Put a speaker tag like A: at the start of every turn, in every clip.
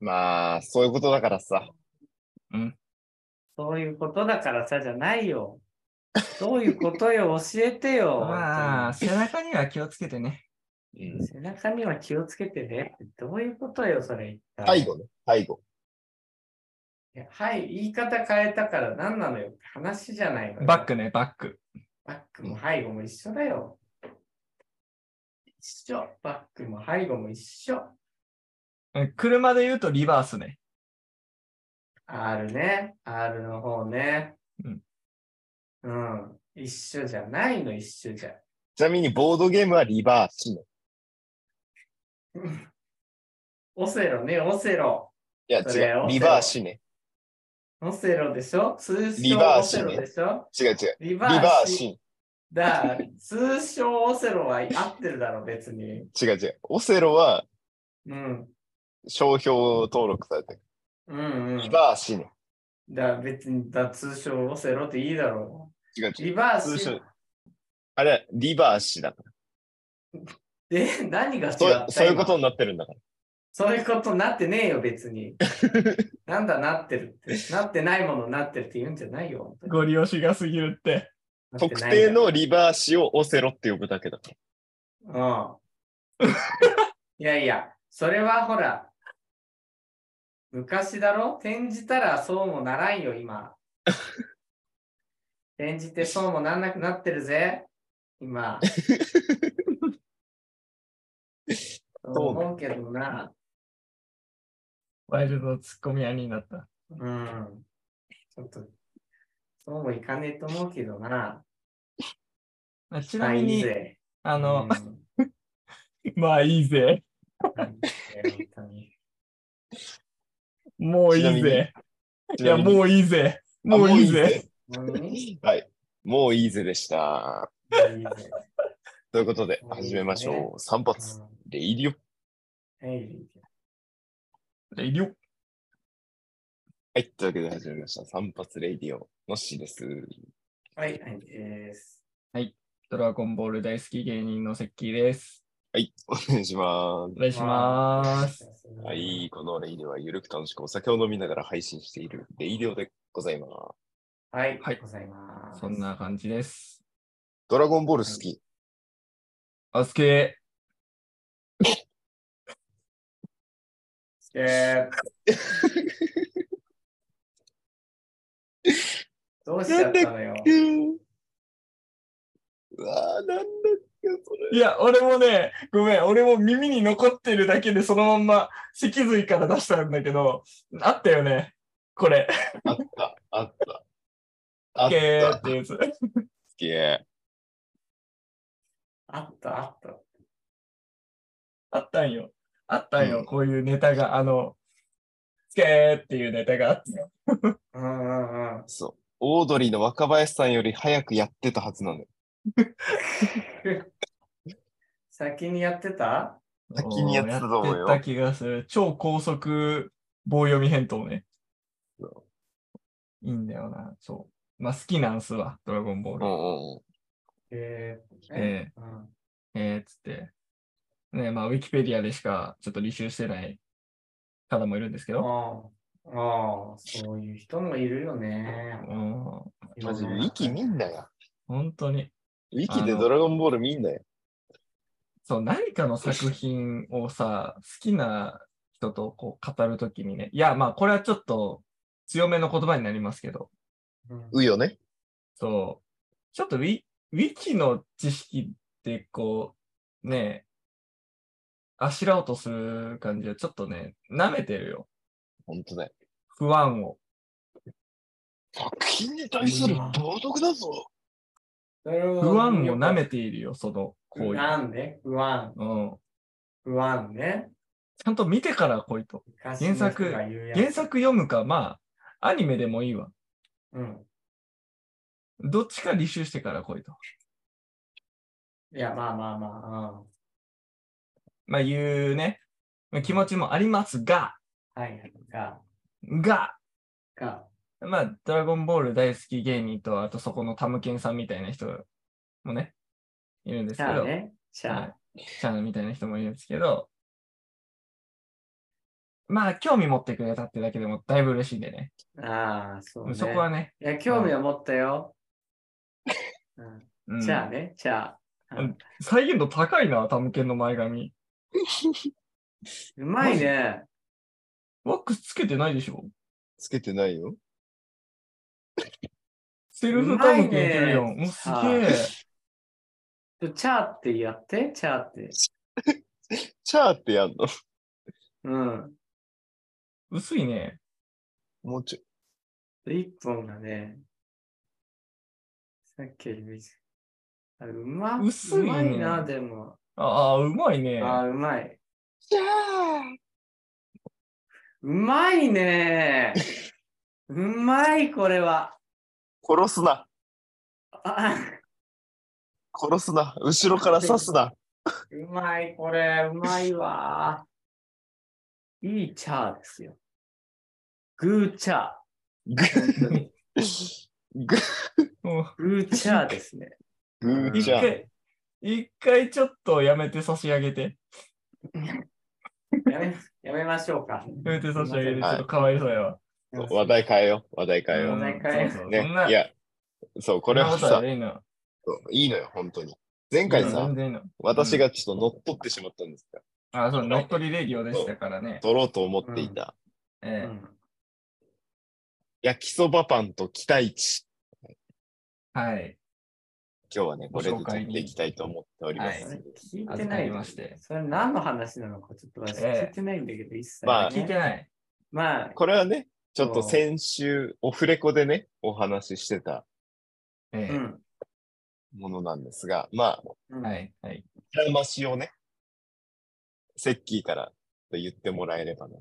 A: まあ、そういうことだからさ。
B: うん。
C: そういうことだからさ、じゃないよ。どういうことよ、教えてよ。
B: まあ、背中には気をつけてね。
A: うん。
C: 背中には気をつけてねってどういうことよ、それ言った
A: 背後ね。背後。
C: はい、言い方変えたから何なのよ。話じゃないのよ。
B: バッ。クね、バック。
C: バックも背後も一緒だよ。一緒。バックも背後も一緒。
B: うん車で言うとリバースね。
C: R ね。R の方ね。
B: うん。
C: うん。一緒じゃないの、一緒じゃ。
A: ちなみにボードゲームはリバーシの。
C: オセロね、オセロ。
A: いや、
C: それ
A: 違う。
C: を
A: リバーシね。
C: オセロでしょ通
A: リ
C: 称
A: バー
C: オ
A: シ
C: セ
A: ね
C: ロでしょ
A: 違う違う。リ
C: リバ
A: バー
C: ーシ。
A: シ
C: だ、通称オセロは合ってるだろ、別に。
A: ン。違う違う。オセロは
C: うん。
A: 商標登録されてる。
C: うんうん
A: リ。バーシね。
C: だ、別に、だ、通称オセロっていいだろ
A: 違う
C: う。
A: 違う。
C: リバー
A: 通
C: シ
A: 称。あれはリバーシだから。
C: え、何が違っ
A: そう
C: た
A: そういうこ
C: 今
A: とになってるんだから。
C: そういうことなってねえよ、別に。なんだ、なってるって。なってないものなってるって言うんじゃないよ。本
B: ご利用しが過ぎるって。
C: 当に
A: 特定。
C: なっ
A: のリバーシをオセロって呼ぶだけだから。
C: てないんだ ようん。いやいや、それはほら、昔だろ転じたらそうもならんよ、 今。転じてそうもなんなくなってるぜ、 今。そう思うけどな。
B: ワイルドツッコミ屋になった。
C: うん。ちょっと、そうもいかねえと思うけどな。
B: まあちなみ
C: まあいい
B: に、
C: ぜ
B: あ
C: あ
B: の、まあいいぜ。もういいぜ。い
A: ちな
B: や、
A: みに
B: もういいぜ。
A: あ
B: もういいぜ。。
C: 本当に いいぜ
A: はい。もういいぜでした。ということで
C: も、ういいぜ
A: 始めましょう。3発、レイディオ。
C: うんはいいいぜ
B: じゃあいるよ
A: はい。というわけで始めました。3発レイディオ。のっしーです。
C: はい、はい、です。
B: ドラゴンボール大好き芸人のセッキーです。
A: はい。お願いします
B: お。願いします。
A: は、
C: はい
A: このレイディオはゆるく楽しくお酒を飲みながら配信しているレイディオでございます。
C: はい、
B: はい
C: ございます。
B: そんな感じです。
A: ドラゴンボール好き。
B: あすけ、
C: えー。どうしちゃったのよ。
A: うわぁ、なんだっけ、それ。
B: いや、俺もね、ごめん、俺も耳に残ってるだけでそのまんま脊髄から出したんだけど、あったよね。これ、
A: あった、あった。あっ
B: けー
A: た、
B: ってやつ。
A: すげえ。
C: あった、あった。
B: あったんよ。あったんよ、
A: うん
B: こういうネタが、あの、すけーっていうネタがあったよ。
C: うんうんうん。
A: そう。オードリーの若林さんより早くやってたはずなのよ。
C: 先にやってた
A: 先にやってたと思うよ
B: やってた気がする。超高速棒読み返答ね
A: そ。
B: いいんだよな、そう。まあ好きなんすわ、ドラゴンボール。
A: うんうんうん。
C: えー、
B: えー
C: うん
B: えー、つって。ね、まあ、ウィキペディアでしかちょっと履修してない方もいるんですけど。
C: ああ、ああ、そういう人もいるよね。
B: うん、
A: マジ、ウィキ見んなよ。
B: 本当に。
A: ウィキでドラゴンボール見んなよ。
B: そう、何かの作品をさ、好きな人とこう語るときにね。いや、まあ、これはちょっと強めの言葉になりますけど。
C: うん
A: うよね。
B: そう。ちょっとウィウィキの知識ってこう、ね、あしらおうとする感じはちょっとね、舐めてるよ。
A: ほんとだよ。
B: 不安を。
A: 作品に対する冒涜だぞ。
C: それは
B: 不安を舐めているよ、その行
C: 不
B: 為。
C: 安ね、不安、
B: うん。
C: 不安ね。
B: ちゃんと見てから来いと。
C: 昔の人が言うやつ
B: 原。作読むか、まあ、アニメでもいいわ。
C: うん。
B: どっちか履修してから来いと。
C: いや、まあまあま
B: まあ、いうね、気持ちもありますが、
C: あ、うん。はいはい、が、
B: が、
C: が、
B: まあ、ドラゴンボール大好き芸人と、あとそこのタムケンさんみたいな人もね、いるんです
C: じ
B: け
C: ゃあ
B: ど、
C: ね、じ
B: は
C: ゃ
B: い。ちゃんみたいな人もいるんですけど、まあ、興味持ってくれたってだけでもだいぶ嬉しいんでね。
C: ああ、そうね。
B: そこはね。
C: いや、興味は持ったよ。
B: う
C: うん
B: ん、
C: じゃあね、じゃあ。
B: う
C: うん
B: ん再現度高いな、タムケンの前髪。
C: うまいね。
B: ワックスつけてないでしょ
A: つけてないよ。
B: セルフタムケンいける
C: うま
B: よ。
C: い
B: も
C: ね
B: うすげえ。
C: ちょチャーってやって、チャーって。
A: チャーってやんの
C: うん。
B: 薄いね。
A: もうちょい。
C: 一本がね。さっきより短いあうま
B: 薄いね
C: うまいな、でも。
B: ああ、うまいね。
C: あーうまい。
A: チャ
C: うま いね。うまい、これは。
A: ー殺すな。
C: あ
A: 殺すな。後ろから刺すな。
C: うまい、これ。うまいわ。いいチャーですよ。グーチャー。
A: グ
C: 本当に
A: グ
B: うん
C: グーチャーですね。
A: グー
B: 一
A: チャー。
B: 回、一回ちょっとやめて差し上げて。
C: やめ、やめましょうか。
B: やめて差し上げて、ちょ
A: はい
B: っとかわいそうやわ。
A: 話題変えよう。話題変え
B: う
A: よ
B: ん
A: う。
C: 毎回
B: そうそう
A: ね
B: そんな、
A: いや、そう、これは
B: そんな
A: さ
B: こと、いいの
A: そういいのよ、本当に。前回
B: いいの
A: さ
B: 全、然いいの
A: 私がちょっと乗っ取ってしまったんですが、
B: あ、そう、乗っ取りレディオでしたからね。
A: 取ろうと思っていた、
C: う
B: ええ
C: ん
A: 焼きそばパンと期待値。
B: はい。
A: 今日はね、こ
B: ご
A: れで取
B: 紹介に
A: っていきたいと思っております。
B: は
C: 聞いてない
B: 預かりまして
C: それ何の話なのかちょっと私
B: ええ
C: 聞いてないんだけど、一切、ね。
A: まあ
B: 聞いてない。
C: まあ、
A: これはね、ちょっと先週、オフレコでね、お話ししてた
B: え
C: う
B: え
C: ん。
A: ものなんですが、まあ、
C: うん
B: はい。はい。
A: 歌ましをね、セッキーからと言ってもらえればな。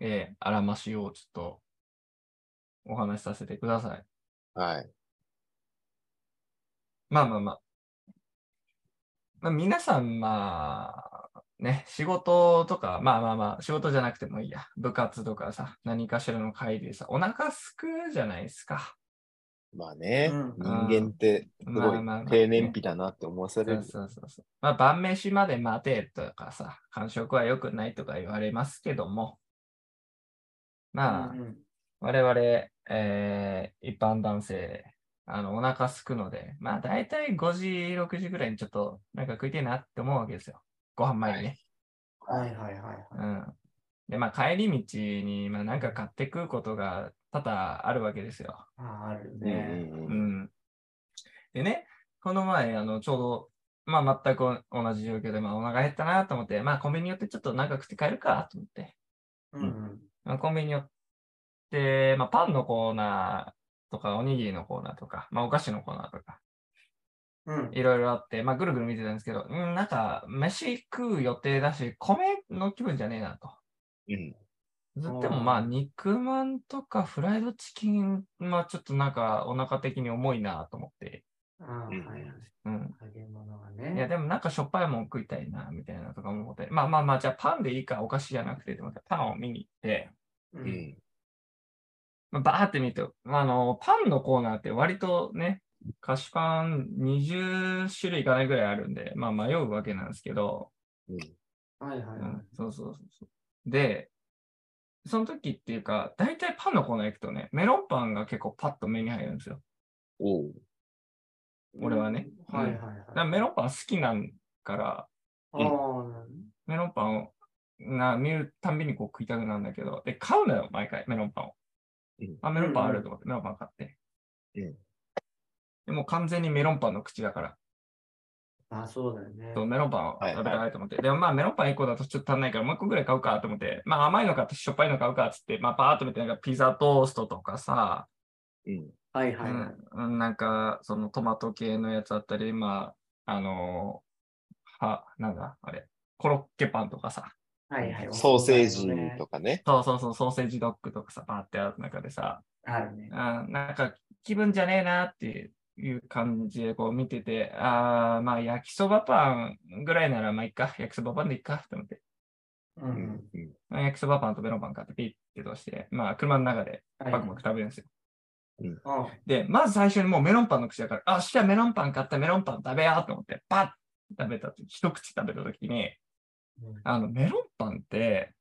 B: ええあらましをちょっとお話しさせてください。
A: はい。
B: まあまあまあ。まあ皆さん、まあ、ね、仕事とか、まあまあまあ、仕事じゃなくてもいいや。部活とかさ、何かしらの会でさ、お腹すくじゃないですか。
A: まあね、
C: うん
A: 人間ってす
B: まあ
A: ご
B: まあまあ
A: い低燃費だなって思わさ
B: そ
A: れ
B: う
A: る。
B: そうそうそう。まあ、晩飯まで待てとかさ、感触は良くないとか言われますけども、まあ、
C: うんうん
B: 我々、えー一般男性、あの、お腹空くので、まあ、大体5時、6時ぐらいにちょっと、なんか食いてえなって思うわけですよ。ご飯前にね。
C: はいはいはいはい。
B: うん。で、まあ、帰り道に、まあ、なんか買って食うことが多々あるわけですよ。
C: あある
A: うんう
C: ね。
A: ん
B: う
A: うん
B: ん。でね、この前、あの、ちょうど、まあ、全くお同じ状況で、まあ、お腹減ったなと思って、まあ、コンビニ寄ってちょっと長く食って帰るかと思って、
C: うんうん。
B: まあ、コンビニ寄って、まあ、パンのコーナーとか、おにぎりのコーナーとか、まあ、お菓子のコーナーとか、
C: うん。
B: いろいろあって、まあ、ぐるぐる見てたんですけど、うん、なんか、飯食う予定だし、米の気分じゃねえなと。
A: うん
B: ず
C: うん
B: でもまあ、肉まんとかフライドチキン、まあ、ちょっとなんか、お腹的に重いなと思って、
C: ああ、はいはい。
B: うん。
C: 揚げ物が
B: いや、
C: ね。
B: でもなんかしょっぱいもん食いたいな、みたいなとか思って。まあまあまあ、じゃあパンでいいか、お菓子じゃなくて、と思ってパンを見に行って、
C: う
A: うんん
B: まあ、バーって見ると、あの、パンのコーナーって割とね、菓子パン20種類いかないぐらいあるんで、まあ迷うわけなんですけど、
A: うん
C: はいは
B: う
C: いはい
B: ん、そうそうそうそう。で、その時っていうか、大体パンのコーナー行くとね、メロンパンが結構パッと目に入るんですよ。
A: おう
B: 俺はね
C: うんはいはい
B: だか
C: は
B: ら
C: い。
B: メロンパン好きなんから、
C: ああ、
B: メロンパンをな見るたんびにこう食いたくなるんだけど、で、買うのよ、毎回、メロンパンを。
A: うん
B: あ、メロンパンあると思って、メロンパン買って。
A: うん
B: でもう完全にメロンパンの口だから、
C: まあそうだよね。
B: そうメロンパンを
A: はい
B: 食べたいと思って。でもまあメロンパン1個だとちょっと足んないから、もう1個ぐらい買うかと思って、まあ甘いの買ってしょっぱいの買うかっつって、まあパーッと見て、なんかピザトーストとかさ、
A: うん
C: はいはいはい。
B: うん、なんか、そのトマト系のやつあったり、まあ、あのーは、なんだ、あれ、コロッケパンとかさ、
C: はいはい。
A: ソーセージとか
C: か。
A: ね。
B: そうそうそう、ソーセージドッグとかさ、バーってある中でさ、
C: あるね。
B: あーなんか気分じゃねえなっていう感じでこう見てて、あーまあ焼きそばパンぐらいならまあいっか、焼きそばパンでいっかと思って、
C: う。
A: うんうん
B: まあ焼きそばパンとメロンパン買ってピッて通して、まあ車の中で
C: はい
B: バクバク食べるんですよ。
C: うん
B: で、まず最初にもうメロンパンの口だから、あ、じゃあメロンパン買ったメロンパン食べようと思って、パッて食べたとき、一口食べたときに、
C: うん
B: あのメロンパンって、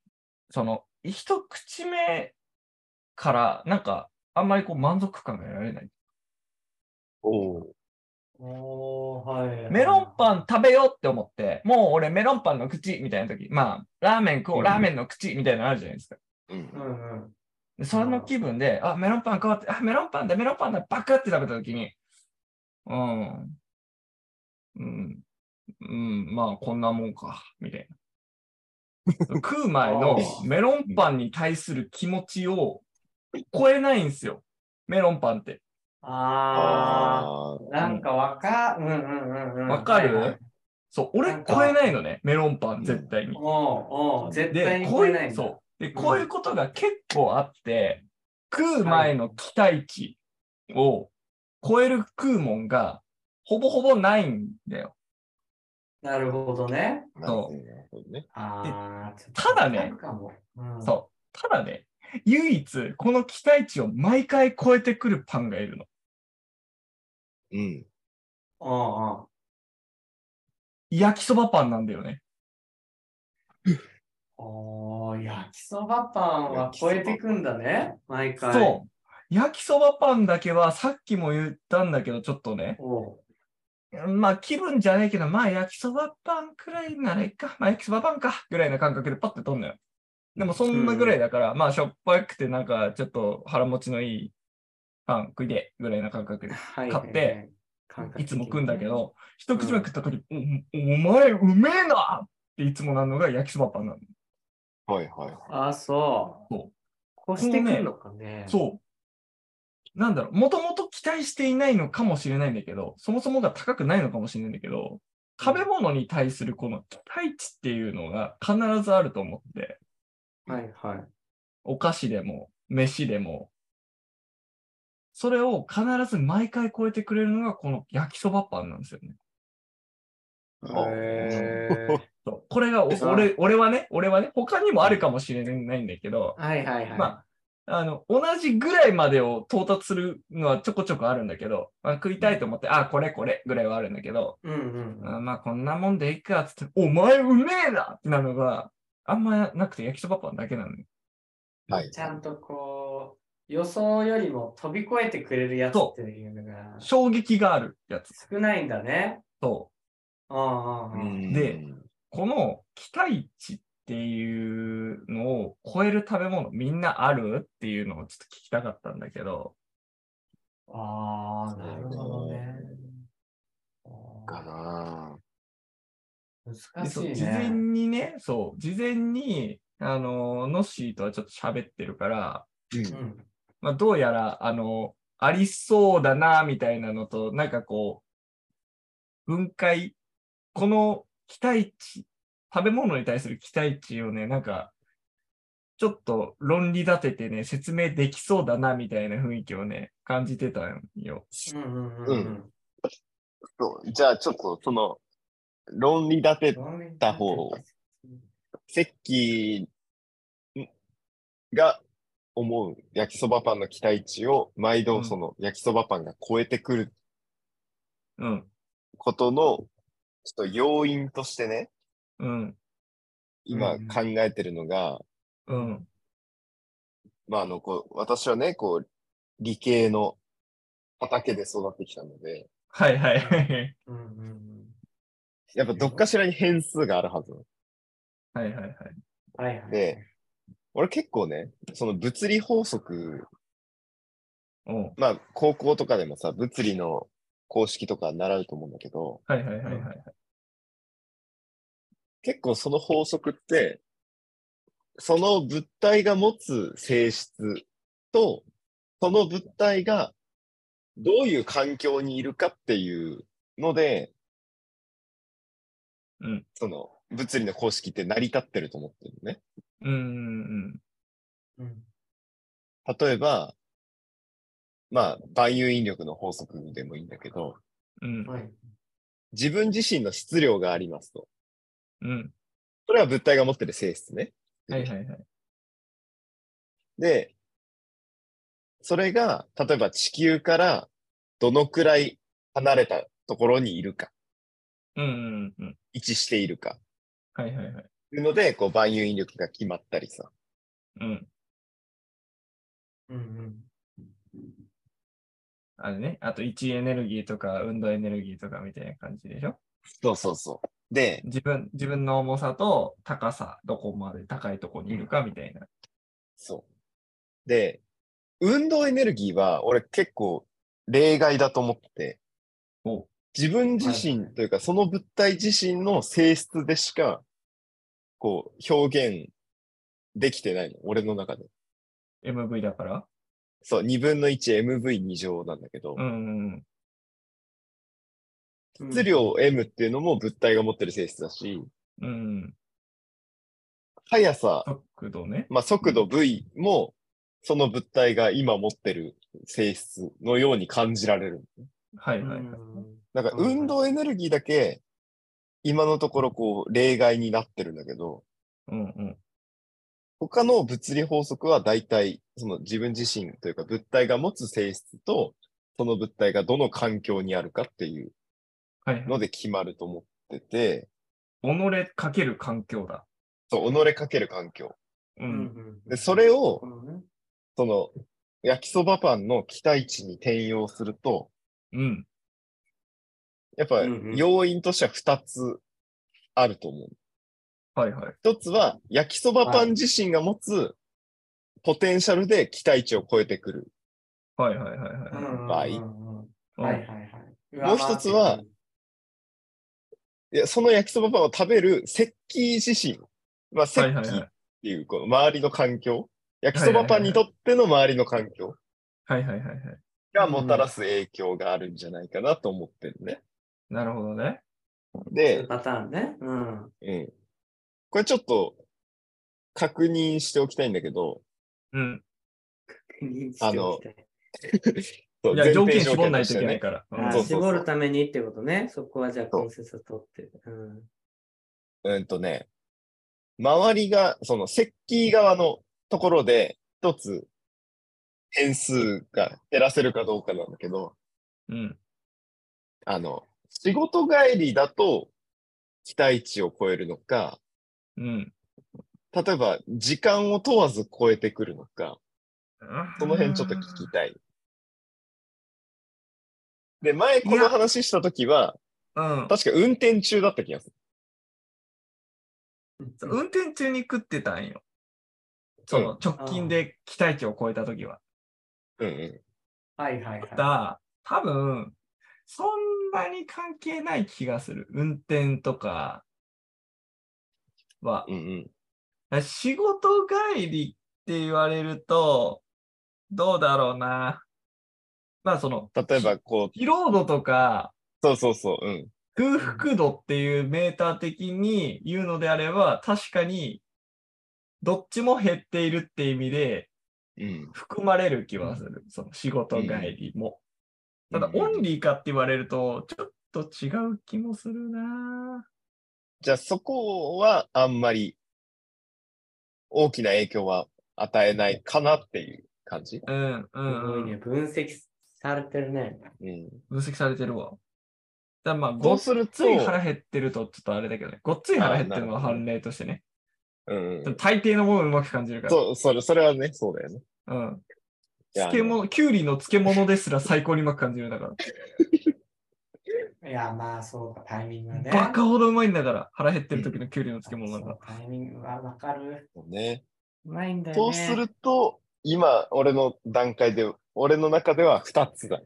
B: その一口目から、なんか、あんまりこう満足感が得られない。
A: おお。
C: おー、はい。
B: メロンパン食べようって思って、もう俺メロンパンの口みたいな時、まあ、ラーメン食お
A: う
B: う、
A: ん
B: ラーメンの口みたいなのあるじゃないですか。
A: うん
C: う。んうん。
B: でその気分で、あ、メロンパン変わって、あ、メロンパンだ、メロンパンだ、バカって食べた時に、うん、うん、うん、まあ、こんなもんか、み たいな。食う前のメロンパンに対する気持ちを超えないんですよ。メロンパンって。
C: あ
A: あ
C: ー、なんかわか、うんうんうんうん。
B: わかる
C: はいはい
B: そう、俺
C: なんか
B: 超えないのね、メロンパン絶対に。
C: おー、おー、絶対
B: で、
C: に
B: こう
C: 超え
B: い
C: ないん
B: う、
C: だ
B: そう。で、こういうことが結構あって、食う前の期待値を超える食うもんが、ほぼほぼないんだよ。
C: なるほどね。
A: あ。なるほどねそうね。
C: あー、ちょっと
B: ただね
C: わかるかもうん
B: そう。ただね、唯一、この期待値を毎回超えてくるパンがいるの。
A: うん。
C: うんうん。
B: 焼きそばパンなんだよね。
C: おー、焼きそばパンは超えてくんだね、毎回。
B: そう。焼きそばパンだけは、さっきも言ったんだけど、ちょっとね、
C: お
B: まあ気分じゃねえけど、まあ焼きそばパンくらいならいいか、まあ焼きそばパンか、ぐらいな感覚でパッて取んのよ。でもそんなぐらいだから、まあしょっぱくてなんかちょっと腹持ちのいいパン食いで、ぐらいな感覚
C: う
B: で。
C: はい
B: 買って、
C: 感覚的に
B: いつも食うんだけど、一口目食った時、おお前うめえなっていつもなるのが焼きそばパンなの。
A: はいはい。
C: あ、そう。
B: そう
C: こうしてくるのかね。
B: そう。なんだろう、もともと期待していないのかもしれないんだけど、そもそもが高くないのかもしれないんだけど、食べ物に対するこの期待値っていうのが必ずあると思って、
C: はいはい。
B: お菓子でも、飯でも、それを必ず毎回超えてくれるのがこの焼きそばパンなんですよね。
C: へー
B: そうこれがお
C: うん
B: 俺、俺はね、俺はね、他にもあるかもしれないんだけど、
C: はいはいはい。
B: まあ、あの、同じぐらいまでを到達するのはちょこちょこあるんだけど、まあ、食いたいと思って、あ、これこれぐらいはあるんだけど、
C: うんうんうん。
B: あまあ、こんなもんでいいかっつって、お前うめえなってなるのが、あんまなくて焼きそばパンだけなのよ。
A: はい。
C: ちゃんとこう、予想よりも飛び越えてくれるやつっていうのが
B: 衝撃があるやつ
C: 少ないんだね。
B: と、
C: うんうんうん。
B: で、この期待値っていうのを超える食べ物みんなあるっていうのをちょっと聞きたかったんだけど、
C: ああ、なるほどね。
A: かな
C: 難し
B: そう
C: い
B: 事前
C: ね。
B: にね、そう、事前に、あの、ノッシーとはちょっと喋ってるから、
A: ぁ。
C: う
A: うん。
C: ん
B: まあ、どうやら、あの、ありそうだな、みたいなのと、なんかこう、分解、この期待値、食べ物に対する期待値をね、なんか、ちょっと論理立ててね、説明できそうだな、みたいな雰囲気をね、感じてたんよ。
C: うんうんうんうん。
A: そうじゃあちょっとその、論理立て
C: 飲ん
A: た方石器が思う焼きそばパンの期待値を毎度その焼きそばパンが超えてくる
B: うん、
A: ことのちょっと要因としてね、
B: うん、
A: 今
C: うん
A: 考えてるのが、
B: うん、
A: まああのこう、私はね、こう、理系の畑で育ってきたので、
B: はいはい。
C: うんうん
A: やっぱどっかしらに変数があるはず。
B: はいはいはい。
C: うん。はいはい。
A: で、俺結構ね、その物理法則
B: おう
A: まあ、高校とかでもさ、物理の公式とか習うと思うんだけど、
B: はいはいはいはい。
A: 結構その法則って、その物体が持つ性質と、その物体がどういう環境にいるかっていうので、
B: うん
A: その物理の公式って成り立ってると思ってるのね。
B: うん、うん、
C: うん
A: 例えば、まあ、万有引力の法則でもいいんだけど、
B: うん、
C: はい。
A: 自分自身の質量がありますと。
B: うん。
A: それは物体が持ってる性質ね。
B: はいはいはい。
A: で、それが、例えば地球からどのくらい離れたところにいるか、
B: うん、うん、うん。
A: 位置しているか、
B: はいはいはい。
A: というので、こう、万有引力が決まったりさ、
B: うん。
C: うんうん。
B: あれね。あと、位置エネルギーとか、運動エネルギーとかみたいな感じでしょ
A: そうそうそう。で、
B: 自分、自分の重さと高さ、どこまで高いとこにいるかみたいな。
A: そう。で、運動エネルギーは、俺結構例外だと思ってて
B: おう、
A: 自分自身というか、その物体自身の性質でしか、こう、表現できてないの。俺の中で。
B: MV だから。
A: そう、2分の 1MV2 乗なんだけど、
B: うんうんうん。
A: 質量 M っていうのも物体が持ってる性質だし、
B: うん。
A: 速さ、
B: 速度ね。
A: まあ、速度 V も、その物体が今持ってる性質のように感じられる。
B: はい
C: うん
B: はい。
A: なんか
C: うん
A: 運動エネルギーだけ、今のところこう例外になってるんだけど、
B: うんうん。
A: 他の物理法則は大体、その自分自身というか物体が持つ性質と、その物体がどの環境にあるかっていう
B: はいはい。
A: ので決まると思ってて、
B: 己かける環境だ。
A: そう、己かける環境。
B: う。
C: うんんう
A: で、
C: ん。
A: それを
C: こ、のね
A: その、焼きそばパンの期待値に転用すると、
B: うん。
A: やっぱ
C: うんうん
A: 要因としては2つあると思う。
B: はいはい。
A: 一つは、焼きそばパン自身が持つポテンシャルで期待値を超えてくる。
B: はいはいはい
C: うん
B: は
C: うん
A: 倍
C: うんうん
B: い。
C: はいはいはい。
A: もう一つは
C: 上回ってくる、
A: いやその焼きそばパンを食べる石器自身。まあ、石器
B: はいはいはい
A: っていう、この周りの環境。焼きそばパンにとっての周りの環境
B: はいはいはいはい。
A: がもたらす影響があるんじゃないかなと思ってるね。
B: なるほどね。
A: で、
C: パターンね。うん。
A: うん。これちょっと確認しておきたいんだけど、
B: うん。
C: 認知しておきたい
A: そう
B: いや、条件
A: 前提
B: 絞んない
A: と
B: と
A: して
B: いけ
A: ね
B: ないから。
C: あ
B: うん
C: ー
A: そうそうそう
C: 絞るためにってことね。そこはじゃあコンセンサス取って。うん。
A: うんとね、周りが、その石器側のところで、一つ変数が減らせるかどうかなんだけど、
B: うん。
A: あの、仕事帰りだと期待値を超えるのか、
B: うん。
A: 例えば時間を問わず超えてくるのか、その辺ちょっと聞きたい。で、前こ
C: いや
A: の話したときは、
B: うん。
A: 確か運転中だった気がする。
B: 運転中に食ってたんよ。その直近で期待値を超えた時は。
A: うんうん。
C: はいはいはい。
B: だ、多分、そんなに関係ない気がする。運転とかは。
A: うんうん。
B: 仕事帰りって言われると、どうだろうな。まあその、
A: 例えばこう、
B: 疲労度とか
A: そうそうそう、うん。
B: 空腹度っていうメーター的に言うのであれば、確かに、どっちも減っているって意味で
A: うん。
B: 含まれる気はする。その仕事帰りも。ただ、
A: うん
B: オンリーかって言われると、ちょっと違う気もするな。
A: じゃあそこはあんまり大きな影響は与えないかなっていう感じ。
B: うん、う
C: す
B: ん、
C: ごい
B: うん
C: ね。。分析されてるね。
A: うん、
B: 分析されてるわ。だからまあ、
A: そ
B: ご
A: う
B: っ
A: する
B: つ
A: と、
B: い腹減ってるとちょっとあれだけどね。ごっつい腹減ってるのは判例としてね。
A: うんうん、
B: 大抵のものをうまく感じるから。
A: そうそれそれはね、そうだよね。
B: うん。
A: いや
B: 漬物、きゅうりの漬物ですら最高にうまく感じるんだから。
C: いや、まあそうか、タイミング がね。
B: バカほどうまいんだから、腹減ってる時のきゅうりの漬物なんか。
C: そうタイミングはわかる。
A: あのね
C: うまいんだよ
A: そう
C: ね。
A: すると、今、俺の段階で、俺の中では2つだね。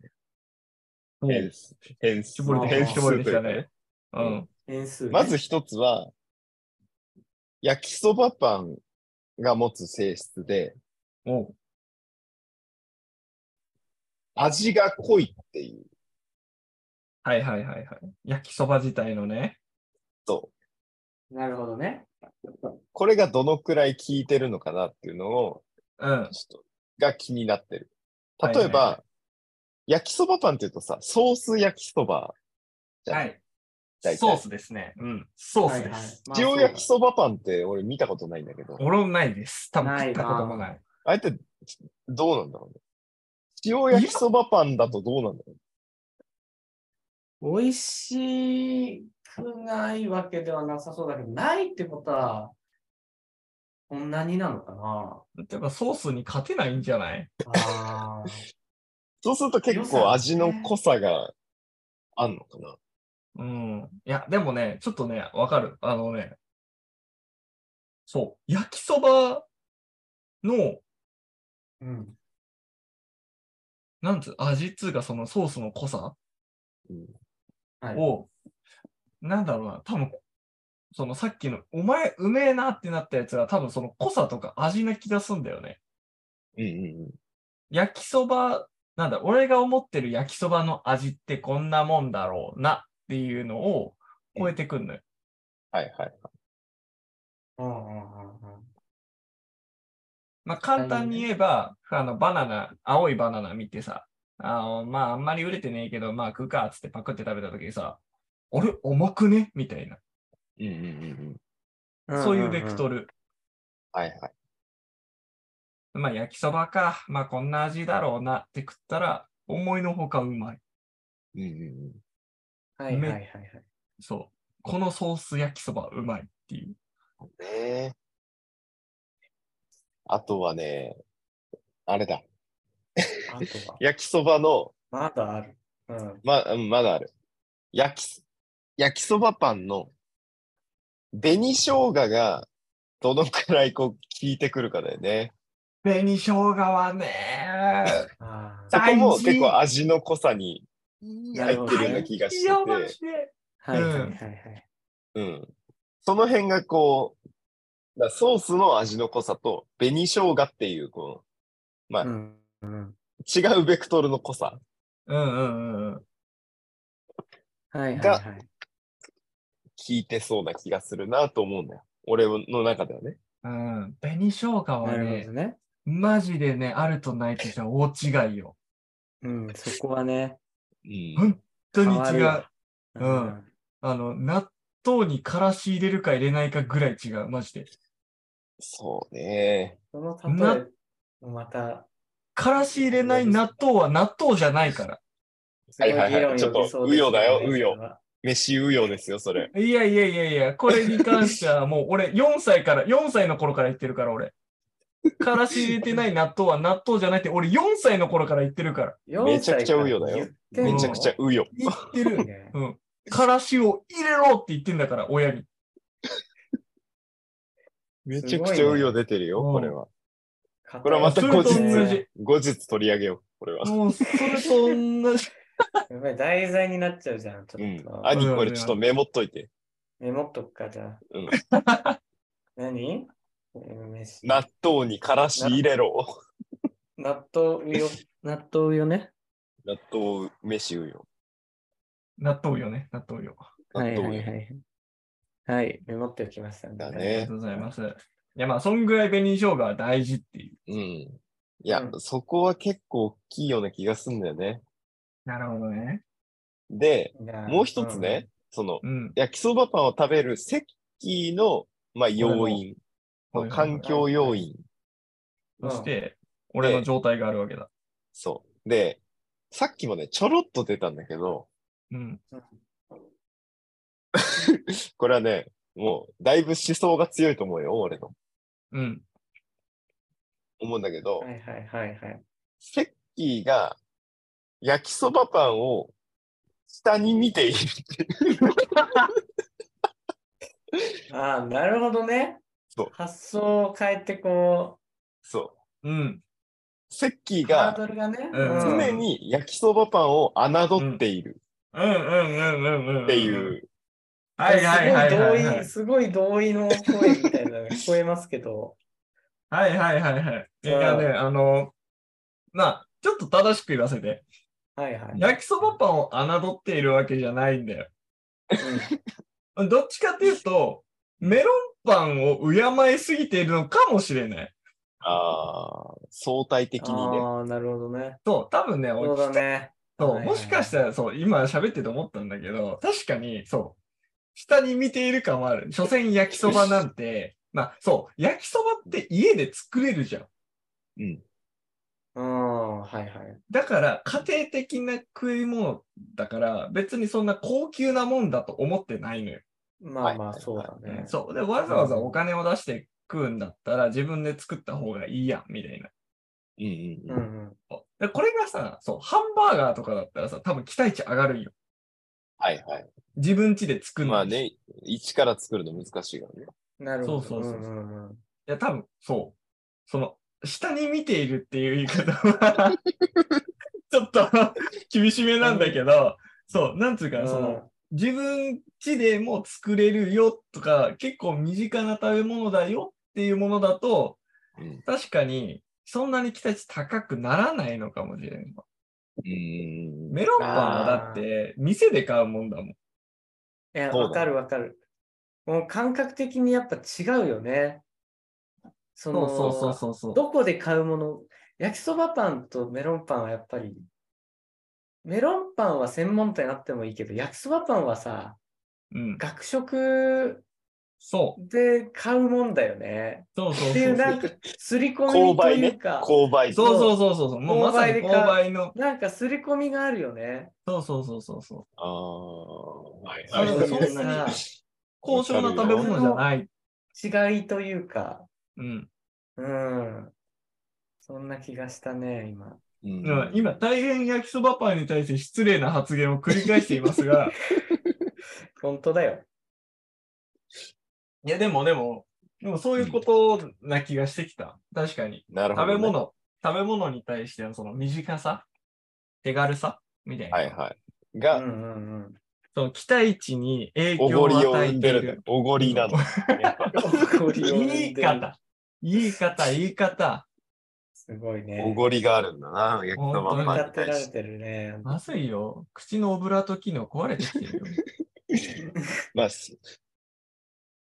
B: うん
A: 変数。変数。
B: 絞れてき
A: 変数
B: た、絞れて
A: と
B: き
A: いう
B: た
A: か ね
B: ね。うん。
C: 変数ね、
A: まず1つは、焼きそばパンが持つ性質で、
B: おう
A: 味が濃いっていう。
B: はいはいはいはい。焼きそば自体のね。
A: そう。
C: なるほどね。
A: これがどのくらい効いてるのかなっていうのを、
B: うん。
A: ちょっと、が気になってる。
B: はい
A: 例えば、
B: はいは
A: 焼きそばパンっていうとさ、ソース焼きそば、じゃあ
B: はい。
A: 大体
B: ソースですね。うん。ソースです。
C: はいはい
A: 塩焼きそばパンって俺見たことないんだけど、
B: 俺もないです。多分
C: ない
B: 食ったこともない。
A: あれってどうなんだろうね。塩焼きそばパンだとどうなんだろ
C: まあ美味しくないわけではなさそうだけど、ないってことは、こんなになのかな
B: てかソースに勝てないんじゃない
C: あー
A: そうすると結構味の濃さがあんのかな。
B: うん。いや、でもね、ちょっとね、わかる。あのね、そう、焼きそばの、
C: うん。
B: なんつう、味っつうか、そのソースの濃さ
A: うん
C: はい
B: を、なんだろうな、多分そのさっきの、お前、うめえなってなったやつは、多分その濃さとか味な気がすんだよね。
A: うんうんうん。
B: 焼きそば、なんだ、俺が思ってる焼きそばの味ってこんなもんだろうなっていうのを超えてくんのよ。
A: はいはい。
C: うんうんうんうん
B: まあ、簡単に言えば、あの、バナナ、青いバナナ見てさ、あの、まあ、あんまり売れてねえけど、まあ、食うか、つってパクって食べた時にさ、あれ重くねみたいな。
A: うんうんうんうん。
B: そういうベクト
C: ル。
B: ル。
A: はいはい。
B: まあ、焼きそばか。まあ、こんな味だろうなって食ったら、思いのほかうまい。
A: うんうんうん。
C: はいはいはいはい。
B: そう。このソース焼きそばうまいっていう。
A: ねえ。あとはね、あれだ。
C: あとは、
A: 焼きそばの、
C: まだある。うん。
A: ま、うんまだある。焼きそ、焼きそばパンの、紅生姜が、どのくらいこう、効いてくるかだよね。
B: 紅生姜はね、
C: あ
A: そ
C: ー
A: こも
B: 大事
A: 結構味の濃さに
B: い
A: 入ってるような気がして
B: や、マ
A: て
B: ジ、で。
C: はいはいはいは
B: うん
C: い。
A: うん。その辺がこう、だからソースの味の濃さと、紅生姜っていう、こう、まあ
C: う、んうん
A: 違うベクトルの濃さ
B: うんうんうんうん。
C: はいはいは
A: が
C: い。
A: 効いてそうな気がするなと思うんだよ。俺の中ではね。
B: うん、紅生姜は
C: なる
B: ね
C: ほど、ね。
B: マジでね、あるとないとじゃ大違いよ。
C: うん、そこはね。
A: うん。
B: 本当に
C: 変わ
B: 違
C: る
B: う。
C: よ
B: うんあの、納豆にからし入れるか入れないかぐらい違う、マジで。
A: そうね。
C: その例え、また、
B: からし入れない納豆は納豆じゃないか
C: すごい
A: はいはいはい
C: 議論呼びそうです
A: ちょっと紆余だよ紆余
C: それは
A: 飯うよですよ、それ。
B: ら。いやいやいやいや、これに関してはもう俺4歳 から、4歳の頃から言ってるから俺。からし入れてない納豆は納豆じゃないって俺4歳の頃から言ってるから。
A: めちゃくちゃ紆余だよ
C: 四歳から言ってんの
A: めちゃくちゃうよ。
B: 言ってる。
C: ね
B: うん。からしを入れろって言ってんだから、親に。
A: めちゃくちゃうよ出てるよ、
B: うん
A: これは。これはまた
B: そ
A: 後
B: れと
A: 日
B: 同
C: ね
B: じ。
A: 後日取り上げよう、これは。
B: もう、それと同じ。
C: やっぱり題材になっちゃうじゃん。ち
A: う
C: ょっ
A: ん
C: と。
A: 兄、これちょっとメモっといて。
C: メモっとくか、じゃあ。
A: うん。
C: 何えー飯
A: 納豆にからし入れろ。
C: 納豆よ、納豆よね。
A: 納豆飯うよ。
B: 納豆よね、納豆よ。
A: 納
C: はい
A: 豆
C: は
A: よ
C: いはい。はい、メモっておきましたんで
A: だ
B: あり
A: ね
B: がとうございます。いや、まあ、そんぐらい紅生姜は大事っていう。
A: うん。いや、
C: う
A: そこは結構大きいような気がするんだよね。
B: なるほどね。
A: で、
C: じゃあ
A: もう一つね、その、
B: うん。
A: 焼きそばパンを食べる席の、まあ、要因、
B: はいはい
A: 環境要因、
B: そして、俺の状態があるわけだ。
A: そう。で、さっきもね、ちょろっと出たんだけど、
B: うん。
A: これはね、もう、だいぶ思想が強いと思うよ、俺の。
B: うん。
A: 思うんだけど、
C: うんはいはいはいはい。
A: セッキーが焼きそばパンを下に見ている っていう。
C: ああ、なるほどね
A: そう。
C: 発想を変えてこ
A: そう。
B: うん。
A: セッキー
C: う、ハー
A: が
C: ドルがね。
B: うん
A: 常に焼きそばパンを侮っている
B: うんうんうんうんうん。
A: っていう。
B: はいはいはいはいはい。
C: すごい同意、すごい同意の声みたいなのが聞こえます けど。
B: はいはいはいはい。い
C: うん
B: やね、あの、まあ、ちょっと正しく言わせて。
C: はいはい。
B: 焼きそばパンを侮っているわけじゃないんだよ。どっちかっていうと、メロンパンを敬いすぎているのかもしれない。
A: ああ、相対的にね。
C: ああ、なるほどね。
B: そう、多分ね、俺
C: そうだね。
B: そ、
C: はいうはい
B: もしかしたら、そう、今喋ってて思ったんだけど、確かに、そう、下に見ている感はある。所詮焼きそばなんて、まあ、そう、焼きそばって家で作れるじゃん。
A: うん。
C: うん、はいはい。
B: だから、家庭的な食い物だから、別にそんな高級なもんだと思ってないのよ。
C: まあま
A: は
C: あ、
A: い
C: そうだね。
B: そう。で、わざわざお金を出して食うんだったら自分で作った方がいいやん、みたいな。
A: うんうん
C: う
A: うんん。
C: うん。
B: でこれがさ、そう、ハンバーガーとかだったらさ、多分期待値上がるんよ。
A: はいはい。
B: 自分家で作るの。
A: まあ。ね、一から作るの難しいからね。
C: なるほど。
B: そうそうそうん
C: んうん
B: いや、多分、そう。その、下に見ているっていう言い方は、ちょっと厳しめなんだけど、そう、なんつうか、その、自分家でも作れるよとか、結構身近な食べ物だよっていうものだと、
A: うん
B: 確かに、そんなに期待値高くならないのかもしれない。
A: うん。
B: メロンパンはだって、店で買うもんだもん。
C: いや、
A: そうだね
C: わかるわかる。もう感覚的にやっぱ違うよね。そ
B: そ
C: の
B: うそうそうそうそう。
C: どこで買うもの、焼きそばパンとメロンパンはやっぱり、メロンパンは専門店あってもいいけど、焼きそばパンはさ、
B: うん、
C: 学食
B: そう。
C: で買うもんだよね。
B: そうそうそうそう。
C: っていう、なんか、すり込み
A: 購
C: と
A: 買
C: いう
A: ね
C: か、
A: 購買。
B: そうそうそうそうそう。もうまさに
C: 購買で
B: 購
C: 買う
B: 買の。
C: なんかすり込みがあるよね。
B: そうそうそうそうそう。
A: ああ。はい
B: あ
A: は
B: の
A: い
C: そう
B: そんなに
C: いうさ
B: 高尚な食べ物じゃない。
C: 違いというか、
B: うん。
C: うん。そんな気がしたね、今。
A: うん
B: うん今、大変焼きそばパンに対して失礼な発言を繰り返していますが、
C: 本当だよ。
B: いや、でもでも、でもそういうことな気がしてきた。確かに。
A: なるほ
B: 食
A: どね
B: べ物、食べ物に対してのその短さ、手軽さみたいな。
A: はいはい。
C: うん
A: が、
C: うんうん。
B: その期待値に影
A: お
B: 響
A: ご
B: を
A: りを
B: 与
A: 生
B: え
A: ん
B: て
A: で
B: い
A: るね
B: る。。
A: おごりなの。やっ ぱ
C: 誇りを生
B: 言
C: んで
B: い
C: る
B: 方。言い方、言い方。
C: すごいね。
A: おごりがあるんだな、焼きそばパン
C: 歌
A: に
C: って
A: 対
C: られ
A: して。
C: てるね。
B: まずいよ。口のオブラート機能壊れてきてる よ。
A: まあ、す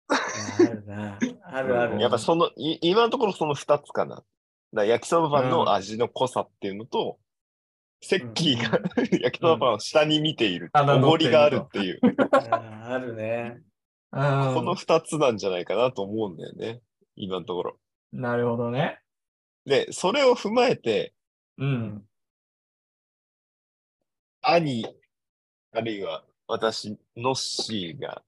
C: あるな。あるある。
A: やっぱその、い今のところその2つかな。だから焼きそばパンの味の濃さっていうのと、セッキーが焼きそばパンを下に見ている、
B: うん
A: おごりがあるっていう、
C: ああるね。
B: あ
A: この2つなんじゃないかなと思うんだよね、今のところ。
B: なるほどね。
A: で、それを踏まえて、
B: うん。
A: 兄、あるいは私、ノッシーが、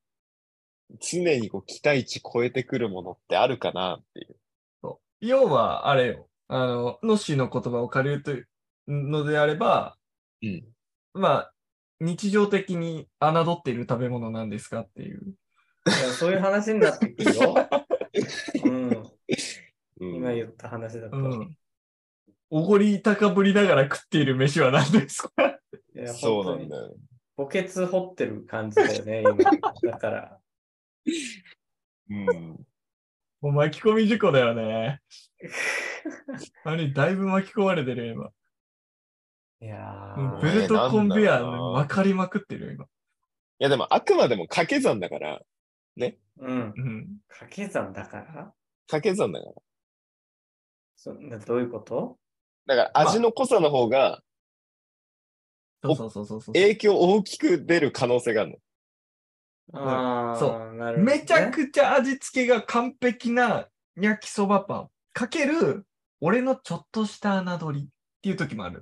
A: 常にこう期待値超えてくるものってあるかなっていう。
B: そう要は、あれよ。あの、ノッシーの言葉を借りるというのであれば、
A: うん。
B: まあ、日常的に侮っている食べ物なんですかっていう。
C: いやそういう話になってくるよ。うん。
A: うん
C: 今言った話だと。
B: うん。おごり高ぶりながら食っている飯は何ですか
C: いや
A: そうな
C: 本
A: ん
C: 当に
A: だよね。
C: 墓穴掘ってる感じだよね、今。だから。
A: うん。
B: もう巻き込み事故だよ ね。あれ、だいぶ巻き込まれてるよ、今。
C: いや
B: も
A: ぶ
B: うベ
A: る
C: ー。
B: ルトコンベ
A: えーなんだ
B: ア
A: ろうな
B: 巻かりまくってるよ、今。
A: いやでもあくまでも掛け算だから、
C: うん。
B: うん。
C: 掛け算だから
A: 掛け算だから。
C: そなどういうこと
A: だから味の濃さの方が
B: そうそうそうそうそう。
A: 影響大きく出る可能性があるの。
C: ああ、。
B: そう
C: なるほどね
B: めちゃくちゃ味付けが完璧な焼きそばパンかける俺のちょっとした侮りっていう時もある。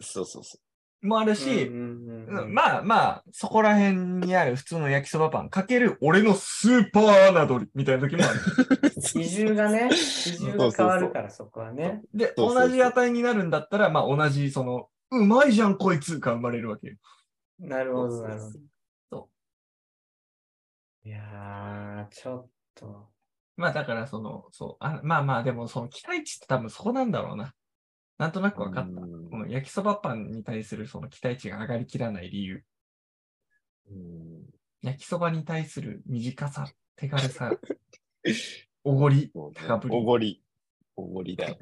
A: そうそうそ
B: もある
C: う
B: し、
C: んうんうんうん
B: まあまあ、そこら辺にある普通の焼きそばパンかける俺のスーパー侮りみたいな時もある。
A: う。
C: 比重がね、比重が変わるから、そこはね。
B: で、
A: そうそうそう
B: 同じ値になるんだったら、まあ同じその、うまいじゃんこいつが生まれるわけよ。
C: なるほど、なるほど。
B: そ
C: いやー、ちょっと。
B: まあだからその、そう、あまあまあでもその期待値って多分そこなんだろうな。なんとなく分かった。
A: うん
B: この焼きそばパンに対するその期待値が上がりきらない理由。
A: うん
B: 焼きそばに対する短さ、手軽 さ、おごり。
A: そうね
B: 高ぶり
A: おごり。おごりだよ。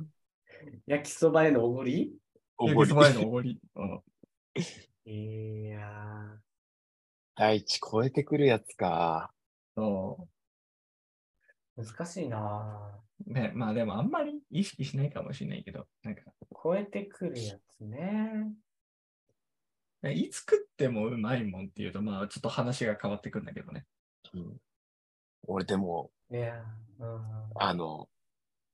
C: 焼きそばへのおごり
A: お
B: 焼
A: ご
B: き
A: り
B: そ。ばへのおごり。うん
C: いや
A: 第一超えてくるやつか。
B: そ
C: ー、難しいな
B: うね、まあでもあんまり意識しないかもしれないけど、なんか、
C: ー。超えてくるやつね。
B: いつ食ってもうまいもんっていうと、まあちょっと話が変わってくるんだけどね。
A: うん俺でも、
C: いやー、うん
A: あの、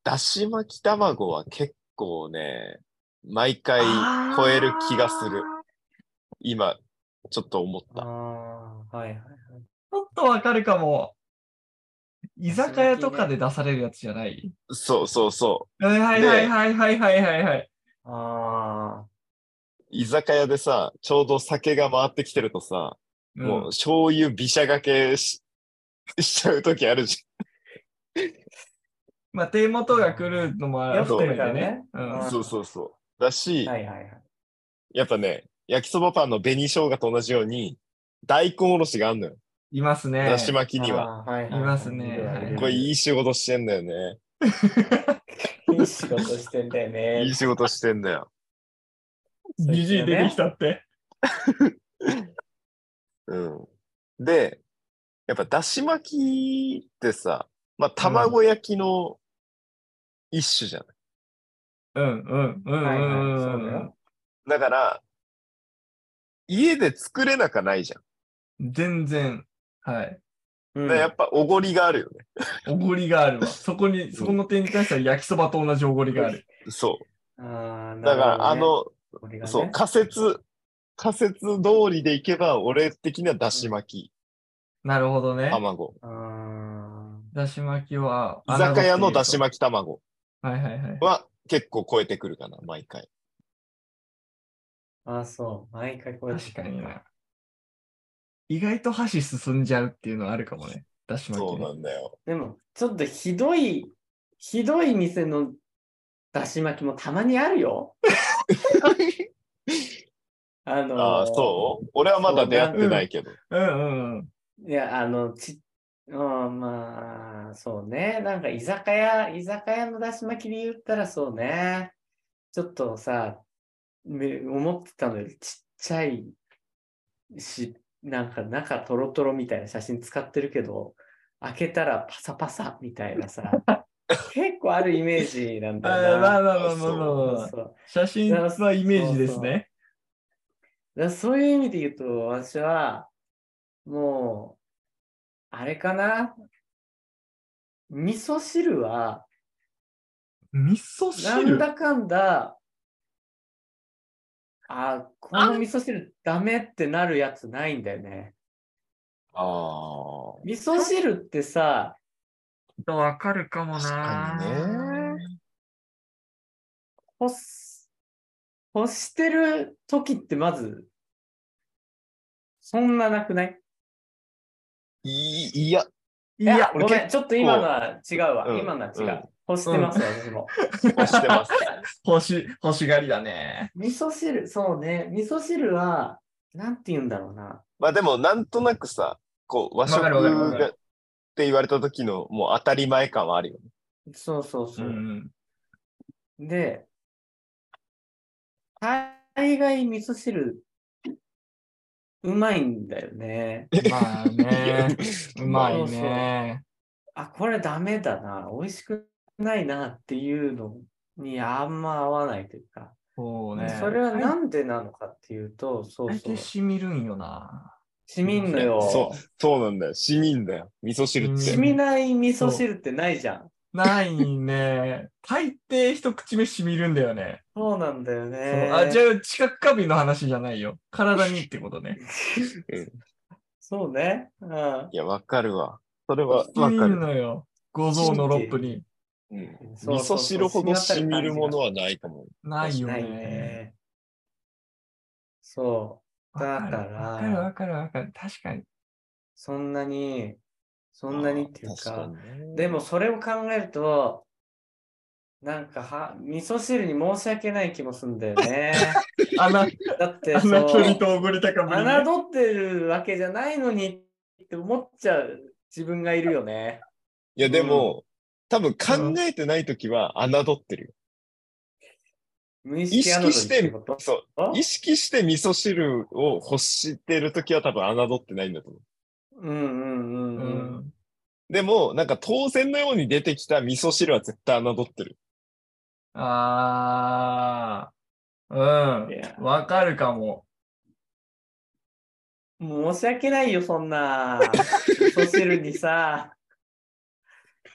A: だし巻き卵は結構ね、毎回超える気がする。今、ちょっと思っ
C: あ
A: た。
C: ー、はいはい。
B: ちょっとわかるかも。居酒屋とかで出されるやつじゃない。
A: そうそうそ
B: はいはいはいはいはいはいはいはい。
C: ああ。
A: う。居酒屋でさ、ちょうど酒が回ってきてるとさ、
B: うん
A: もう醤油びしゃがけししちゃう時あるじ
B: まあ、手元が来るのもある
A: 酔ってる
C: からね
B: うん
A: ゃ
C: あ
A: ん。
C: ー
A: そうそうそう。だし、
C: はいはいはい。
A: やっぱね、焼きそばパンの紅生姜と同じように、大根おろしがあんのよ。
B: いますね
A: だ。し巻きには。
C: あー。はいはいはい
B: いますね
C: るわる
A: これいい仕事してんだよね。
C: いい仕事してんだよね
A: いい。仕事してんだよ。
B: じじい出てきたって。
A: うん。で、やっぱだし巻きってさ、まあ卵焼きの一種じゃない。
B: うんうんうん
C: はいはい
B: うん
C: そ
B: う
C: うだ
B: ん
C: よ。
A: だから、家で作れなかないじゃん。
B: 全然。はい。
C: う
A: だ
C: ん
A: からやっぱおごりがあるよね。
B: おごりがあるわ。そこに、そこの点に関しては焼きそばと同じおごりがあ る。
A: そ
C: あ
A: う。
C: ー
A: だから、あ、
C: なるほ
A: の、
C: どね
A: そう、仮説、仮説通りでいけば、俺的にはだし巻
B: なるほど
A: き、
B: ね。
A: 卵。
C: これがね
B: だし巻きは。
A: 居酒屋のだし
B: き。
A: 巻き卵
B: はいはいはい。
A: は結構超えてくるかな、毎回。
C: あーあ、そう。毎回これ。
B: 確かにな。意外と箸進んじゃうっていうのはあるかもね。だし巻
A: そう
B: きね、
A: なんだよ。
C: でも、ちょっとひどい、ひどい店のだし巻きもたまにあるよ。あのー
A: ああ、そう俺はまだ出会ってないけど。
B: うんうんうん。
C: いや、あの、ち、うん、まあ、そうね。なんか居酒屋、居酒屋のだし巻きで言ったらそうね。ちょっとさ、め思ってたのよりちっちゃいし、なんか中トロトロみたいな写真使ってるけど、開けたらパサパサみたいな さ、結構あるイメージなん
B: あ
C: だ
B: ー
C: よ
B: ま
C: な。
B: あまあまあまあまあまあ。
C: そう
B: 写真のイメージですね。
C: だからそういう意味で言うと、私は、もう、あれかな。味噌汁は、
B: 味噌
C: なん
B: 汁
C: だかんだ、あ、この味噌汁ダメってなるやつないんだよね。
A: あ
C: 味噌汁ってさ、
B: わかるかもな。
A: 確かに
C: 干す、干してる時ってまず、そんななくない
A: あ。いい、いや、
B: い
C: い
B: や、
C: ごめ
A: 俺
C: ん、ちょっと今のは違うわ。
A: うん
C: 今のは違う。
A: うん
C: 干してます、私も。
A: 押して ます。
B: 星、星狩りだね。
C: 味噌汁、そうね。味噌汁は、なんて言うんだろうな。
A: まあでも、なんとなくさ、こう、和食
B: わかるわかるわか
A: が
B: る
A: って言われた時の、もう当たり前感はあるよね。
C: そうそう
B: う
C: そう。
B: ん。
C: で、大概味噌汁、うまいんだよね。
B: まあ ね。うまいね。
C: あ、これダメだな。美味しくないなっていうのにあんま合わないというか。
B: そうね。
C: それはなんでなのかっていうと、そう
B: 大
C: そ
B: 体。
C: う
B: 染みるんよな。
C: しみんのよ。
A: そう、そうなんだよ。市民だよ。味噌汁っ
B: う
A: て。
C: しみない味噌汁ってないじゃん。
B: ないね。大抵一口目染みるんだよね。
C: そうなんだよ
B: そう
C: ね。
B: あ、じゃあ、知覚過敏の話じゃないよ。体にってことね。
C: そうね。うん。
A: いや、わかるわ。それは
B: 染
A: わ
B: み
A: か
B: る
A: る。
B: のよ。五臓のロップに。
A: うん味
C: そうそ
A: 噌
C: う
A: 汁ほど
C: 染
A: 染
C: み渡
A: み
C: る
A: る
C: 感じが
A: ものはないかも。
B: ないよ
C: ない
B: ね。
C: ね。そう。だ
B: わ
C: か
B: かるわかる
C: ら、
B: わかるわかる。確 かに。
C: そんなに、そんなにっていうか、
A: あー。確にね
C: でも、それを考えると、なんかは、味噌汁に申し訳ない気もするんだよね。
B: 穴、
C: だって、そ
B: 穴
C: う
B: 取り、とおごり高ぶりね。
C: 侮ってるわけじゃないのにって思っちゃう自分がいるよね。
A: いや、でも、多分考えてないときは侮ってるよ。
C: 無意
A: 意識
C: 識
A: して
C: 侮りってこと
A: そう。意識して味噌汁を欲してるときは多分侮ってないんだと思
C: うんうんうん
B: う
C: うん。
B: ん。
A: う。でも、なんか当然のように出てきた味噌汁は絶対侮ってる。
B: ああ、
C: いや
B: うん。わかるかも。
C: 申し訳ないよ、そんな。味噌汁にさ。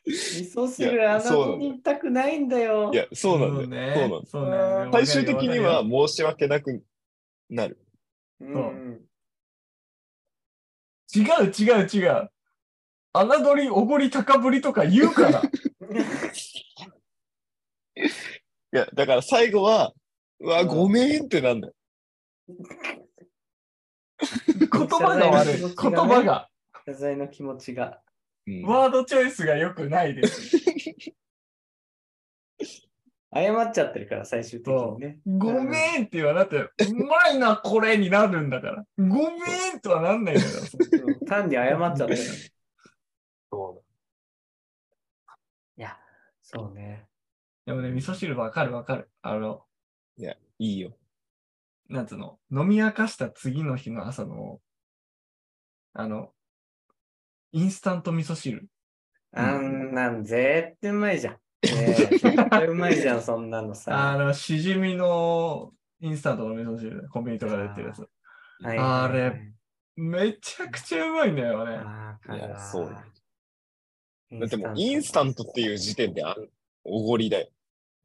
C: 味噌
A: い
C: 汁
A: や
C: あ
A: そうな
C: の
A: の
C: に行きたくないんだよ。
A: いや、そうなんだよ。
B: ね。
A: そうなんだ。
B: そうなんだ
A: 最終的には、申し訳なくなる。
C: うん
B: 違う違う違う。侮り、おごり、高ぶりとか言うから。
A: いや、だから最後は、うわ、
C: うん
A: ごめんってなんだよ。
B: 言葉が悪い。 言葉が。
C: 謝罪の気持ちが。
A: うん
B: ワードチョイスが良くないです。
C: 謝っちゃってるから、最終的にね。
B: ごめんって言わなくて、うまいな、これになるんだから。ごめんとはなんないんだから。
C: そう単に謝っちゃってる。いや、そうね。
B: でもね、味噌汁わかるわかる。あの、
A: いいよ。
B: なんつうの、飲み明かした次の日の朝の、あの、インスタント味噌汁。
C: あんなん絶対うまいじゃん。ねえ絶対うまいじゃん、そんなの
B: あ
C: さ。
B: の、しじみのインスタントの味噌汁、コンビニとかで売ってるやつ。
C: はいはいはい
B: あめちゃくちゃうまいんだよね。
C: あー
A: いやそうよだ
C: イ
A: ってもうインスタントっていう時点であおごりだよ。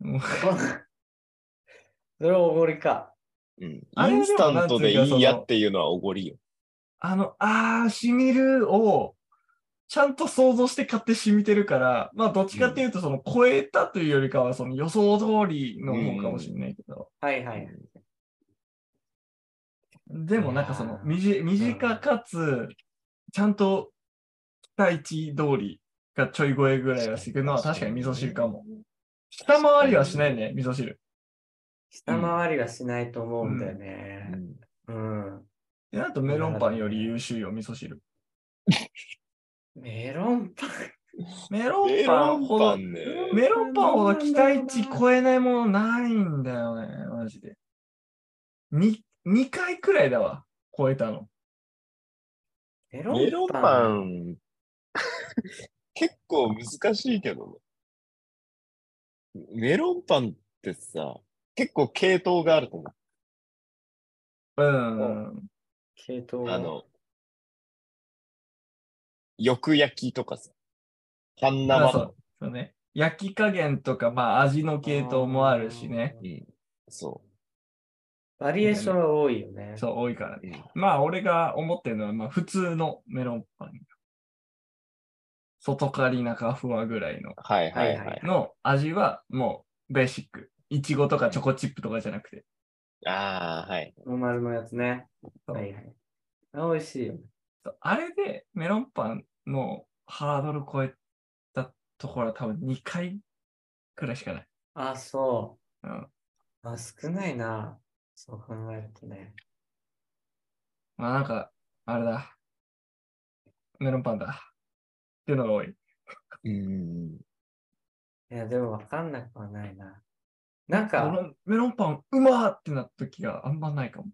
C: それはおごりか。
A: うん、イ
B: あれ
A: ンスタントでいい
B: でもな
A: や
B: んていうかその
A: っていうのはおごりよ。
B: あの、あー、しみるを、ちゃんと想像して買ってしみてるから、まあ、どっちかっていうと、その、超えたというよりかは、その予想通りの方かもしれないけど、
C: はいはい。
B: でもなんかそ
C: いや
B: の
C: ー
B: みじ短かつちゃんと期待値通りがちょい超えぐらいはしてくるのは確かに味噌汁かも。下回りはしないね、味噌汁。
C: 下回りはしないと思うんだよね。うん。
B: で、なんとメロンパンより優秀よ、味噌汁。
C: メロンパン。
B: メロン
A: メ
B: パ
A: ロ
B: ン
A: ン
B: ほ
A: パ
B: ど、
A: ンね。
B: メロンパンほど期待値超えないものないんだよね、マジで。に2回くらいだわ、超えたの。
C: メ
A: メロンパ
C: ン。
A: ン、結構難しいけどね。メロンパンってさ、結構系統があると思う。
B: うん。
C: 系統が
A: あの、よく焼きとかさ、半
B: まあ
A: 生
B: そ
A: とか
B: うそうね。焼き加減とか、まあ味の系統もあるしね。。
A: そ
C: バリエーションは多いよね。
B: そう、多いからね。
A: う。うん
B: まあ、俺が思ってるのは、まあ、普通のメロンパン。外刈り中ふわぐらいの。
A: はいはい
C: はい
A: は。
C: はい
B: の味は、もう、ベーシック。いちごとかチョコチップとかじゃなくて。
A: ああ、はい。
C: ノーマルのやつね。
B: そう
C: はいはい。あ美味しいよね。
B: そうあれで、メロンパンのハードル超えたところは多分2回くらいしかない。
C: あ、そ
B: うん。
C: う。あ、少ないな。そう考えるとね。
B: まあ、なんか、あれだ。メロンパンだ。っていうのが多い。
A: うん。
C: いや、でも分かんなくはないな。なん
B: メロ
C: か、
B: ンメロンパンうまーってなった時があんまないかも。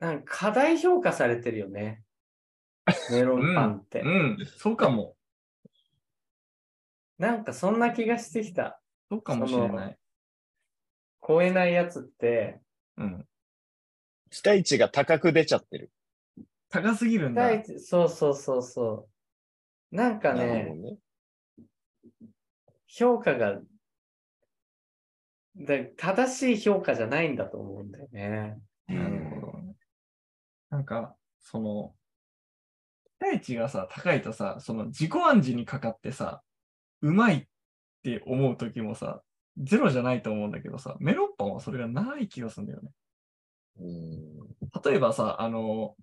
C: なんか過大評価されてるよ ね。メロンパンって
B: う。ん、そうかも。
C: なんかそんな気がしてきた。
B: そうかもしれない。
C: 超えないやつって、
B: うん。
A: 期待値が高く出ちゃってる。
B: 高すぎるんだ。
C: 第一そうそうそうそう。なんか
A: なる
C: ね
A: ほ、どね。
C: 評価が、だ正しい評価じゃないんだと思うんだよね。
B: なるほど。なんか、その、期待値がさ、高いとさ、その自己暗示にかかってさ、うまいって思う時もさ、ゼロじゃないと思うんだけどさ、メロンパンはそれがない気がするんだよね。
A: うん。
B: 例えばさ、あの、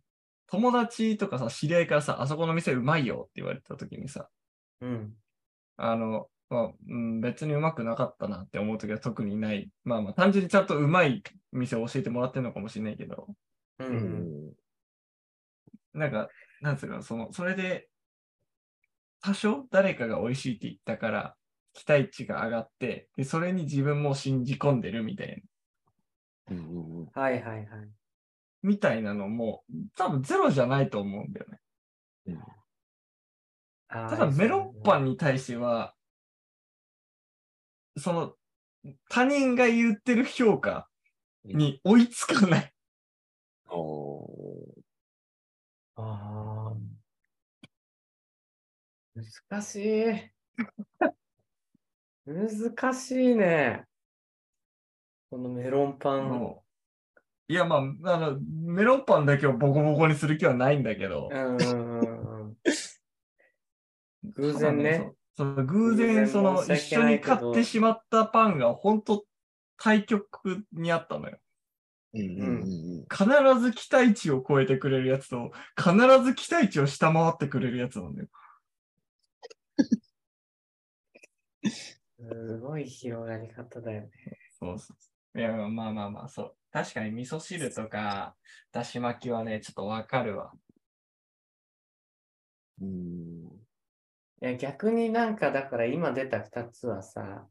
B: 友達とかさ、知り合いからさ、あそこの店うまいよって言われた時にさ、
C: うん。
B: あの、まあうん、別にうまくなかったなって思うときは特にない。まあまあ、単純にちゃんとうまい店を教えてもらってるのかもしれないけど、
C: う。
A: うんん。
B: なんか、なんつうか、その、それで、多少誰かが美味しいって言ったから、期待値が上がって、で、それに自分も信じ込んでるみたいな、
A: うん。
C: はいはいはい。
B: みたいなのも、多分ゼロじゃないと思うんだよね。
C: あー
B: ただ、メロンパ
C: そう
B: ンに対しては、その、他人が言ってる評価に追いつかない。
A: お
C: だなあー難しい。難しいね。このメロンパン。
B: もういや、まあ、あの、メロンパンだけをボコボコにする気はないんだけど、
C: うんうんうんうん偶然ね。
B: そう。その偶然、その
C: 偶
B: 一
C: 然申し
B: 緒
C: 訳ない
B: に
C: けど
B: 買ってしまったパンが本当対局にあったのよ。
A: うんうんうん
B: 必ず期待値を超えてくれるやつと、必ず期待値を下回ってくれるやつなんだよ。
C: すごい広がり方だよね。
B: そうそうそう。いや、まあまあまあ、そう。確かに味噌汁とか、だし巻きはね、ちょっとわかるわ。
A: うん。
C: いや、逆になんか、だから今出た2つはさ、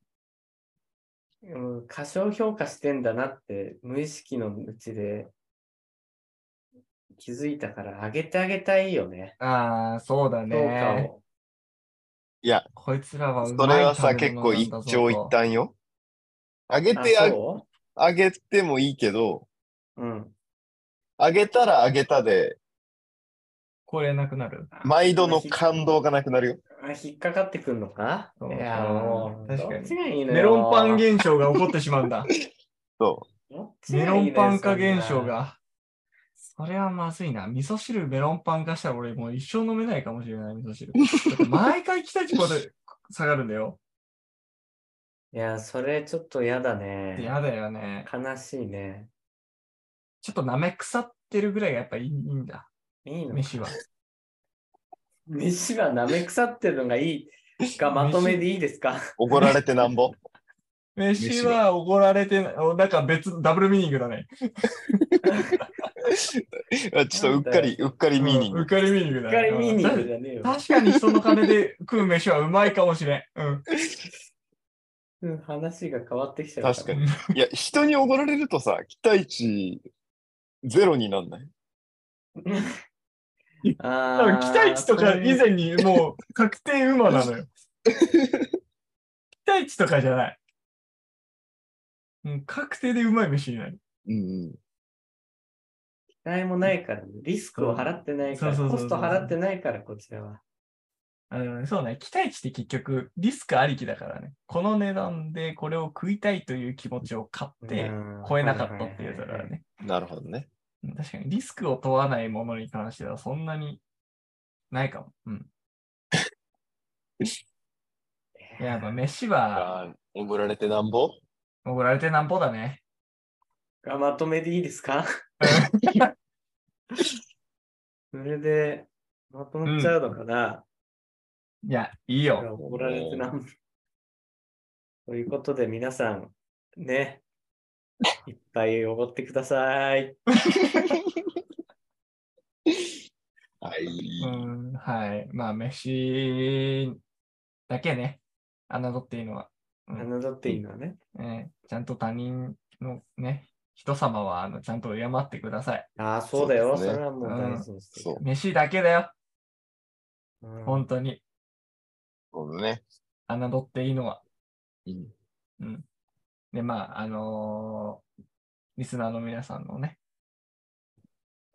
C: うん、過小評価してんだなって、無意識のうちで気づいたから、上げてあげたいよね。
B: ああ、そうだ
C: 評価
B: ね。
C: を。
A: いや、
B: こいつらはう
A: そ
B: まい
A: れはさ、
B: 食べ
A: 結
B: 物
A: 構
B: なん
A: 一
B: だぞ
A: 長一短よ。上げ
C: あ
A: てあ
C: そ
A: 上げてもいいけど、
C: ううん。
A: 上げたら上げたで、
B: と。超えなくなる。
A: 毎度の感動がなくなるよ。
C: あ引っかかってくんのか
B: そう
C: いや、もう、
B: 確かに
C: どっちがいいのよ
B: メロンパン現象が起こってしまうんだ。
A: そ
C: どっちがい
B: メ
C: いの
B: ロ
C: よ
B: ンパン化現象
C: そんな
B: が。それはまずいな。味噌汁メロンパン化したら俺もう一生飲めないかもしれない、味噌汁。だって毎回期待値こうやって下がるんだよ。
C: いや、それちょっとやだね。
B: やだよね。
C: 悲しいね。
B: ちょっと舐め腐ってるぐらいがやっぱいいんだ。
C: いいの
B: 飯は。
C: 飯は舐め腐ってるのがいい がまとめでいいですか
A: う。怒られてなんぼ。
B: 飯はおごられてない。おなんか別、ダブルミーニングだね。
A: ちょっとうっかり、うっかりミーニン
B: う
A: グ
B: っ。かりミーニングだね。
C: 一回見に行
B: う
C: く
B: ん
C: じゃねえよ。
B: 確かに人の金で食う飯はうまいかもしれん。うん。
C: うん話が変わってきちゃう
A: 確かに。いや、人に怒られるとさ、期待値ゼロになんない
B: 多
C: あ
B: 分
C: ー
B: 期待値とか以前にもう確定馬なのよ。期待値とかじゃない。もう確定でうまい飯になる。
A: うんうん。
C: 期待もないから、リスクを払ってないから、
B: そうそう
C: コ
B: そうそ
C: ス
B: う
C: ト払ってないから、こちらは。
B: あのそうね、期待値って結局リスクありきだからね。この値段でこれを食いたいという気持ちを買って
C: うん
B: 超えなかったっていうやつだから
C: はいはいはい
B: ね。
A: なるほどね。
B: うん確かにリスクを問わないものに関してはそんなにないかも。うん。いや、やっぱ飯は
A: あー怒られてなんぼ
B: おごられてなんぼだね。
C: がまとめでいいですか それで、まとまっちゃうのかな、
B: いや、いい
C: いや
B: よ。
C: 怒られてなんぼ。ということで、皆さん、 ね、いっぱいおごってください。
A: はい。
B: うん、はい。まあ、飯だけね、侮っていいのは、
C: 侮っていいのはね。
B: えーちゃんと他人のね、人様はあのちゃんと敬ってください。
C: ああ、そうだよ。
A: そ
C: そう
A: ですね
C: れはもう大事にして
A: そう。
B: 飯だけだよ、
C: うん
B: 本当に。
A: そうだね。
B: 侮っていいのは。
A: うん
B: うん。で、まあ、あのーリスナーの皆さんのね、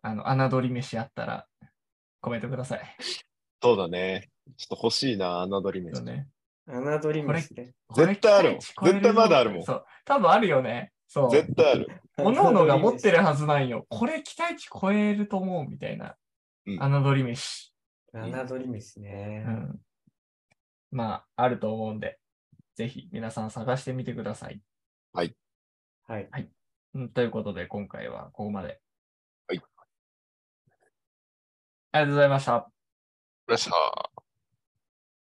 B: あの、侮り飯あったら、コメントください。
A: そうだね。ちょっと欲しいな、侮り飯。
B: ね、
C: 侮り飯ね。
A: 絶対あるもん
B: これ期待値超え
A: 絶対まだあるもん
B: そう。多分あるよね。そう。
A: 絶対ある。
B: 各々が持って
C: る。
B: るはずないよ。これ期待値超えると思うみたいな。
A: うん
B: 侮り飯。
C: 侮り飯ね
B: う。ん。まあ、あると思うんで、ぜひ皆さん探してみてください。
C: はい。
B: うん、ということで、今回はここまで。
A: はい。
B: ありがとうございました。
A: よっしゃー